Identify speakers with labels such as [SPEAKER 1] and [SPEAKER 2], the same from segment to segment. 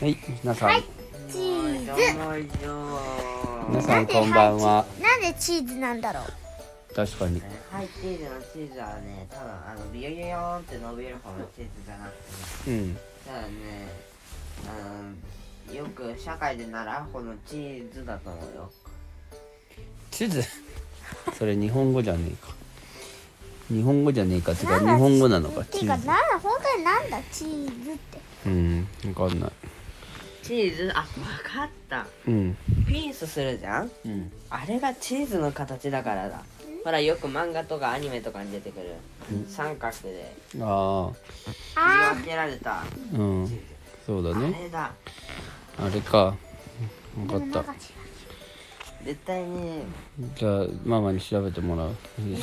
[SPEAKER 1] はい、皆さん、
[SPEAKER 2] はいチーズ
[SPEAKER 3] 甘いなぁ
[SPEAKER 1] 皆さんこんばんは。
[SPEAKER 2] なんでチーズなんだろう
[SPEAKER 1] 確かに。
[SPEAKER 3] はい、チーズのチーズはね、ただあのビヨヨヨーンって伸びる方のチーズじゃなくて、ね、
[SPEAKER 1] うん。
[SPEAKER 3] ただね、あのよく社会で習う方のチーズだと思うよ。
[SPEAKER 1] 地図。 それ日本語じゃねえか。日本語じゃねえかっていう
[SPEAKER 2] なん
[SPEAKER 1] か、日
[SPEAKER 2] だ
[SPEAKER 1] 本語なのか、
[SPEAKER 2] って
[SPEAKER 1] 地
[SPEAKER 2] いう
[SPEAKER 1] 図
[SPEAKER 2] か。なん本当になんだチーズって
[SPEAKER 1] うん、わかんない。
[SPEAKER 3] チーズ、あ、わかった。
[SPEAKER 1] うん。
[SPEAKER 3] ピースするじゃん
[SPEAKER 1] うん。
[SPEAKER 3] あれがチーズの形だからだ。ほら、よく漫画とかアニメとかに出てくる。三角で
[SPEAKER 1] あ
[SPEAKER 3] 切り
[SPEAKER 2] あ
[SPEAKER 3] 分けられた。
[SPEAKER 1] あ、うん。そうだ
[SPEAKER 3] あ
[SPEAKER 1] ね。
[SPEAKER 3] れだ。
[SPEAKER 1] あれか。
[SPEAKER 2] ーで
[SPEAKER 1] わかっ
[SPEAKER 2] もな
[SPEAKER 1] た
[SPEAKER 2] んか違う。
[SPEAKER 3] 絶対に
[SPEAKER 1] じゃあ、ママに調べてもらう。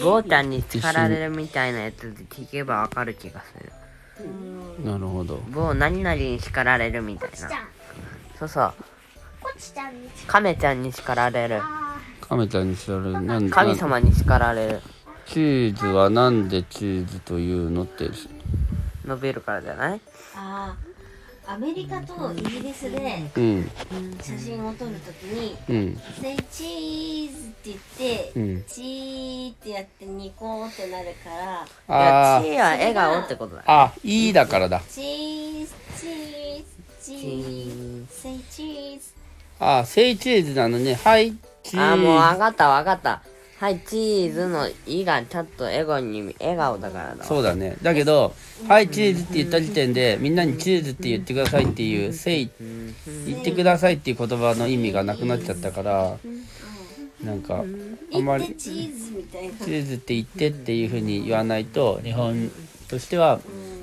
[SPEAKER 3] ゴータンに叱られるみたいなやつで聞けばわかる気がする。
[SPEAKER 1] なるほど。
[SPEAKER 3] 某何々に叱られるみたい
[SPEAKER 2] こちちゃん
[SPEAKER 3] な。そうそう。
[SPEAKER 2] こちちゃんに
[SPEAKER 3] カメちゃんに叱られる。
[SPEAKER 2] あ
[SPEAKER 1] 亀ちゃんに調べる。なん
[SPEAKER 3] 神
[SPEAKER 1] なん
[SPEAKER 3] 様に叱られる。
[SPEAKER 1] チーズはなんでチーズというのって。
[SPEAKER 3] 伸びるからじゃない
[SPEAKER 4] あーアメリカとイギリスで
[SPEAKER 1] うん。
[SPEAKER 4] 写真を撮るときに
[SPEAKER 1] うん。
[SPEAKER 4] 「でチーズ」って言って、
[SPEAKER 1] うん
[SPEAKER 4] チーってやってニコーってなるから
[SPEAKER 3] いや
[SPEAKER 1] あ
[SPEAKER 3] チーは笑顔ってことだよ。
[SPEAKER 1] あ。あ、いいだからだ。
[SPEAKER 4] チーズチーズチ
[SPEAKER 3] チ
[SPEAKER 4] ーズ
[SPEAKER 3] ー
[SPEAKER 4] セイチーズ
[SPEAKER 1] あ、セイチーズなのね。はい、チーズ。
[SPEAKER 3] あー、もうわかったわかった。はい、チーズの「い」がちょっとエゴに笑顔だからだわ。
[SPEAKER 1] そうだね。だけど、はい、チーズって言った時点で、みんなにチーズって言ってくださいっていう、せい、言ってくださいっていう言葉の意味がなくなっちゃったから、なんか、あんま
[SPEAKER 4] で
[SPEAKER 1] り、
[SPEAKER 4] チーズみたいな
[SPEAKER 1] チーズって言ってっていうふうに言わないと、日本としては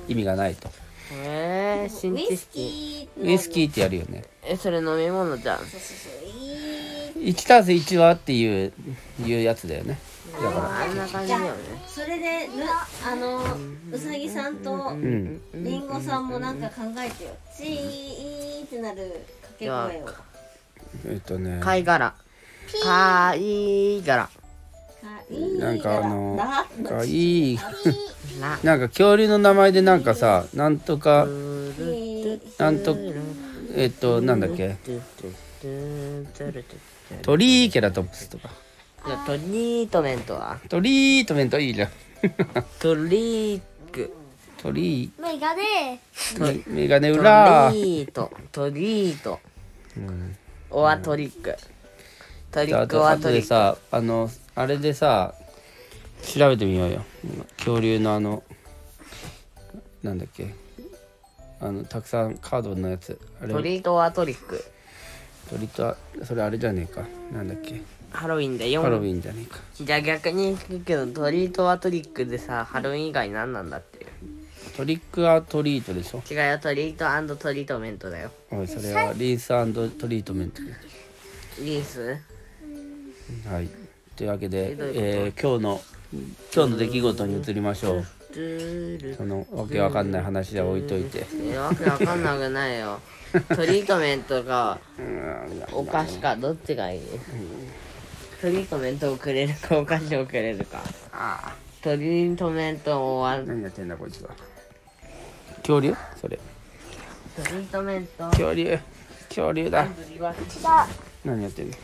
[SPEAKER 1] 意味がないと。
[SPEAKER 3] へえ、
[SPEAKER 4] ウ
[SPEAKER 3] 新
[SPEAKER 4] イ
[SPEAKER 3] 知
[SPEAKER 4] ス
[SPEAKER 3] 識。
[SPEAKER 4] キー
[SPEAKER 1] ウイスキーってやるよね。
[SPEAKER 3] え、それ飲み物じゃん。
[SPEAKER 4] そうそうそういい
[SPEAKER 1] 1たす1はっていう、いうやつだよね。だから、
[SPEAKER 3] あんな感じだよね。
[SPEAKER 4] それでぬあのうさぎさんと
[SPEAKER 1] うん。
[SPEAKER 4] りんごさんもなんか考えてよチーってなる掛け声を
[SPEAKER 1] えっとね。
[SPEAKER 3] 貝殻。貝殻。
[SPEAKER 1] なんかあの
[SPEAKER 4] な
[SPEAKER 1] なんかいい
[SPEAKER 3] な
[SPEAKER 1] なんか恐竜の名前でなんかさなんとかなんとえっとなんだっけトリーケラトプスとか
[SPEAKER 3] じゃあトリートメントは
[SPEAKER 1] トリートメントいいじゃん
[SPEAKER 3] トリーク
[SPEAKER 1] トリ
[SPEAKER 2] メガネ
[SPEAKER 1] ートメガネ
[SPEAKER 3] トリ
[SPEAKER 1] 裏
[SPEAKER 3] ートトリートオはトリックトリッ
[SPEAKER 1] あ
[SPEAKER 3] ク
[SPEAKER 1] と
[SPEAKER 3] は
[SPEAKER 1] あ
[SPEAKER 3] ト
[SPEAKER 1] と
[SPEAKER 3] リ
[SPEAKER 1] で
[SPEAKER 3] ック
[SPEAKER 1] さあのあれでさ調べてみようよ恐竜のあのなんだっけあのたくさんカードのやつあれ
[SPEAKER 3] トリートはトリック
[SPEAKER 1] トリとそれあれじゃねえかなんだっけ
[SPEAKER 3] ハロウィンで
[SPEAKER 1] ハロウ
[SPEAKER 3] 4
[SPEAKER 1] ィンじゃねえか
[SPEAKER 3] じゃあ逆に聞くけどトリートはトリックでさハロウィン以外何なんだっていう
[SPEAKER 1] トリックアトリートでしょ
[SPEAKER 3] 違うよトリートトリートメントだよ
[SPEAKER 1] おいそれはリンストリートメント
[SPEAKER 3] リ ース
[SPEAKER 1] はいというわけで
[SPEAKER 3] ひどい、こと
[SPEAKER 1] えー今日の今日の出来事に移りましょう
[SPEAKER 3] ドゥール
[SPEAKER 1] そのわけわかんない話は置いといて
[SPEAKER 3] えわけわかんなくないよトリートメントかお菓子かどっちがいいトリートメントをくれるかお菓子をくれるか
[SPEAKER 1] ああ
[SPEAKER 3] トリートメントはト
[SPEAKER 1] 何やってんだこいつは恐竜それ
[SPEAKER 3] リートメント
[SPEAKER 1] 恐竜恐竜だ
[SPEAKER 2] だ
[SPEAKER 1] 何やってんの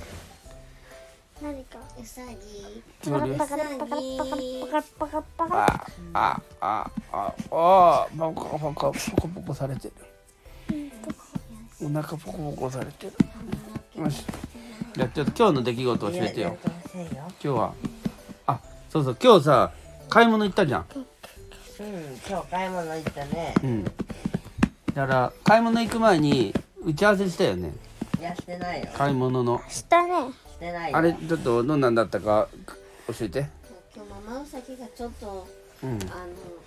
[SPEAKER 2] 何か
[SPEAKER 4] うさぎ
[SPEAKER 2] パカパカパカパカパカパカパカ
[SPEAKER 1] ああああああポコポコポコポコされてるお腹ポコポコされてるよしじゃあちょっと今日の出来事を教えてよ今日はあそうそう今日さ買い物行ったじゃん
[SPEAKER 3] うん今日買い物行ったね
[SPEAKER 1] うんだから買い物行く前に打ち合わせしたよね
[SPEAKER 3] やしてないよ
[SPEAKER 1] 買い物の
[SPEAKER 2] したね
[SPEAKER 3] してないよ
[SPEAKER 1] あれちょっとどんなんだったか教えて
[SPEAKER 4] 今日ママウサギがちょっと
[SPEAKER 1] うん
[SPEAKER 4] あの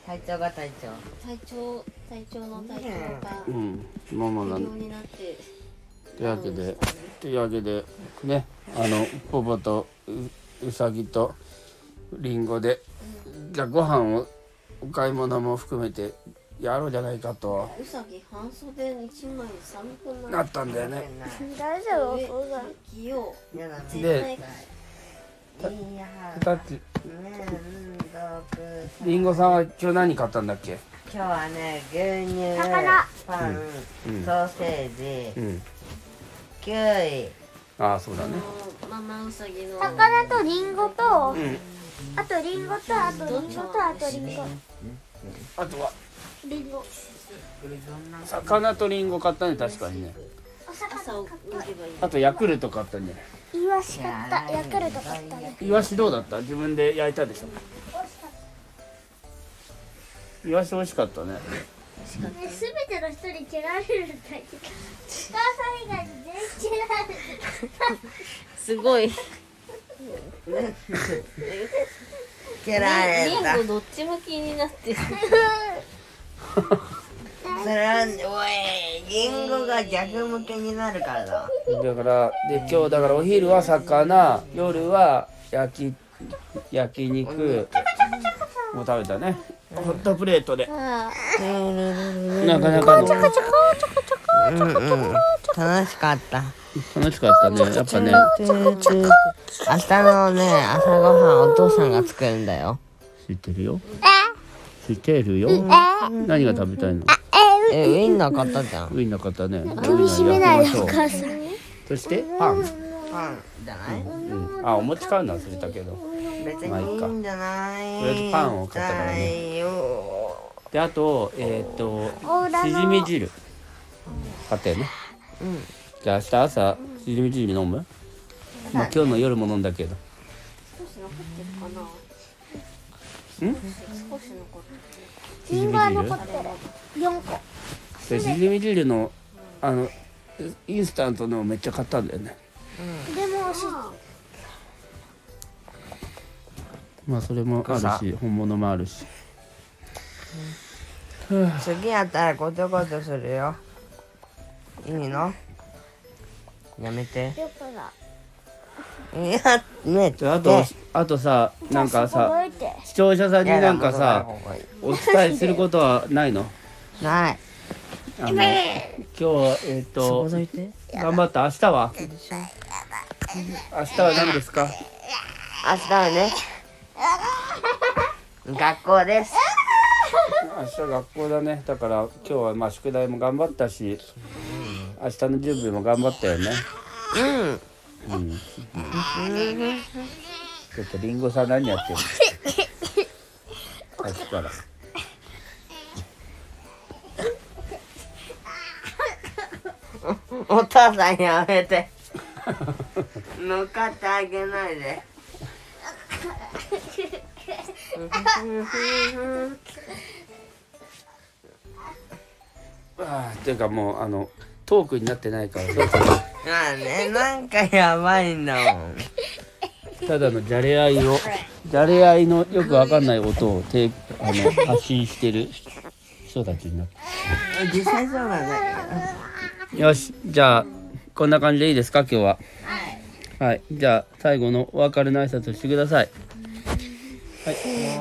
[SPEAKER 3] 隊長が隊長
[SPEAKER 4] 体調体調の体調が
[SPEAKER 1] うんママが
[SPEAKER 4] 不良になって
[SPEAKER 1] というわけでというわけでねあのポポとううさぎとりんごでじゃあご飯をお買い物も含めてやろうじゃないかと
[SPEAKER 4] うさぎ半袖一枚寒く
[SPEAKER 1] な
[SPEAKER 4] なっ
[SPEAKER 1] ったんだよね
[SPEAKER 2] 大丈夫そうだ
[SPEAKER 4] 着よ
[SPEAKER 3] 嫌だ
[SPEAKER 4] う
[SPEAKER 3] ね
[SPEAKER 1] で
[SPEAKER 3] いや
[SPEAKER 1] タッチ
[SPEAKER 3] ねえうんどく
[SPEAKER 1] りんごさんは今日何買ったんだっけ
[SPEAKER 3] 日はね牛乳
[SPEAKER 2] 魚
[SPEAKER 3] パン、
[SPEAKER 1] うん
[SPEAKER 3] ソーセージ、
[SPEAKER 1] うん
[SPEAKER 3] キウイ
[SPEAKER 1] ああそうだね
[SPEAKER 4] のママウサギの
[SPEAKER 2] 魚とリンゴと、
[SPEAKER 1] ん
[SPEAKER 2] あとリンゴとあとリンゴとあとリンゴ
[SPEAKER 1] あとは
[SPEAKER 2] リンゴ
[SPEAKER 1] 魚とリンゴ買ったね確かにね
[SPEAKER 2] お魚
[SPEAKER 4] 朝を
[SPEAKER 2] 買
[SPEAKER 4] 抜けばいい
[SPEAKER 1] あとヤクルト買ったね
[SPEAKER 2] ったイワシ買ったヤクルト買ったね
[SPEAKER 1] イワシどうだった自分で焼いたでしょイワシ美味しかったね
[SPEAKER 2] すべての人に蹴られるんだけどお母さん以外に全員蹴られる
[SPEAKER 3] すごい蹴られ
[SPEAKER 4] リ
[SPEAKER 3] た
[SPEAKER 4] ンゴどっち向きになってる
[SPEAKER 3] それはおいリンゴが逆向けになるから
[SPEAKER 1] だ
[SPEAKER 3] だ
[SPEAKER 1] からで今日だからお昼は魚夜は焼き焼肉もう食べたねホットプレートでなかなかの
[SPEAKER 3] 楽しかった
[SPEAKER 1] 楽しかったねやっぱね
[SPEAKER 3] 明日のね朝ごはんお父さんが作るんだよ
[SPEAKER 1] 知ってるよ知ってるよ何が食べたいの
[SPEAKER 3] えウィンのことじゃん
[SPEAKER 1] ウインの方ね首絞めないでお母さんそしてパン
[SPEAKER 3] パンじゃない
[SPEAKER 1] うんあお餅買うの忘れたけど
[SPEAKER 3] 別
[SPEAKER 1] まあい
[SPEAKER 3] に
[SPEAKER 1] い
[SPEAKER 3] い
[SPEAKER 1] か
[SPEAKER 3] いんじゃない
[SPEAKER 1] とりあえずパンを買ったからね
[SPEAKER 3] ないよ
[SPEAKER 1] であとえっ、と
[SPEAKER 2] お裏の
[SPEAKER 1] しじみ汁買ったよね
[SPEAKER 3] うん
[SPEAKER 1] じゃあ明日朝しじみ汁飲むまあ今日の夜も飲んだけど
[SPEAKER 4] 少し残ってるかなん少し残ってる
[SPEAKER 1] しじみ
[SPEAKER 2] 今
[SPEAKER 1] 汁
[SPEAKER 2] 残ってる四個
[SPEAKER 1] でしじみ汁のあのインスタントのめっちゃ買ったんだよね
[SPEAKER 2] でもし
[SPEAKER 1] まあそれもあるし本物もあるし
[SPEAKER 3] 次やったらごちょごちょするよいいのやめて
[SPEAKER 2] よくない
[SPEAKER 3] やね
[SPEAKER 1] であとあとさなんか
[SPEAKER 2] 覚
[SPEAKER 1] さ
[SPEAKER 2] えて
[SPEAKER 1] 視聴者さんになんかさ
[SPEAKER 3] やだ戻らない方がいい
[SPEAKER 1] お伝えすることはないの
[SPEAKER 3] ない
[SPEAKER 1] あの今日はえっ、と
[SPEAKER 3] 覗いて
[SPEAKER 1] 頑張った明日は明日は何ですか
[SPEAKER 3] 明日はね学校です
[SPEAKER 1] 明日学校だねだから今日はまあ宿題も頑張ったし明日の準備も頑張ったよね
[SPEAKER 3] うん
[SPEAKER 1] うん、うん、ちょっとりんごさん何やってるのさっきから
[SPEAKER 3] お父さんやめて向かってあげないで
[SPEAKER 1] ああっていうかもうあのトークになってないからそう
[SPEAKER 3] まあねなんかやばいんだもん
[SPEAKER 1] そうただのじゃれ合いをじゃれ合いのよくわかんない音をてあの発信してる人たちになって
[SPEAKER 3] 実際そうなんだけど
[SPEAKER 1] よしじゃあこんな感じでいいですか今日ははい、じゃあ最後のお別れの挨拶をしてくださいはい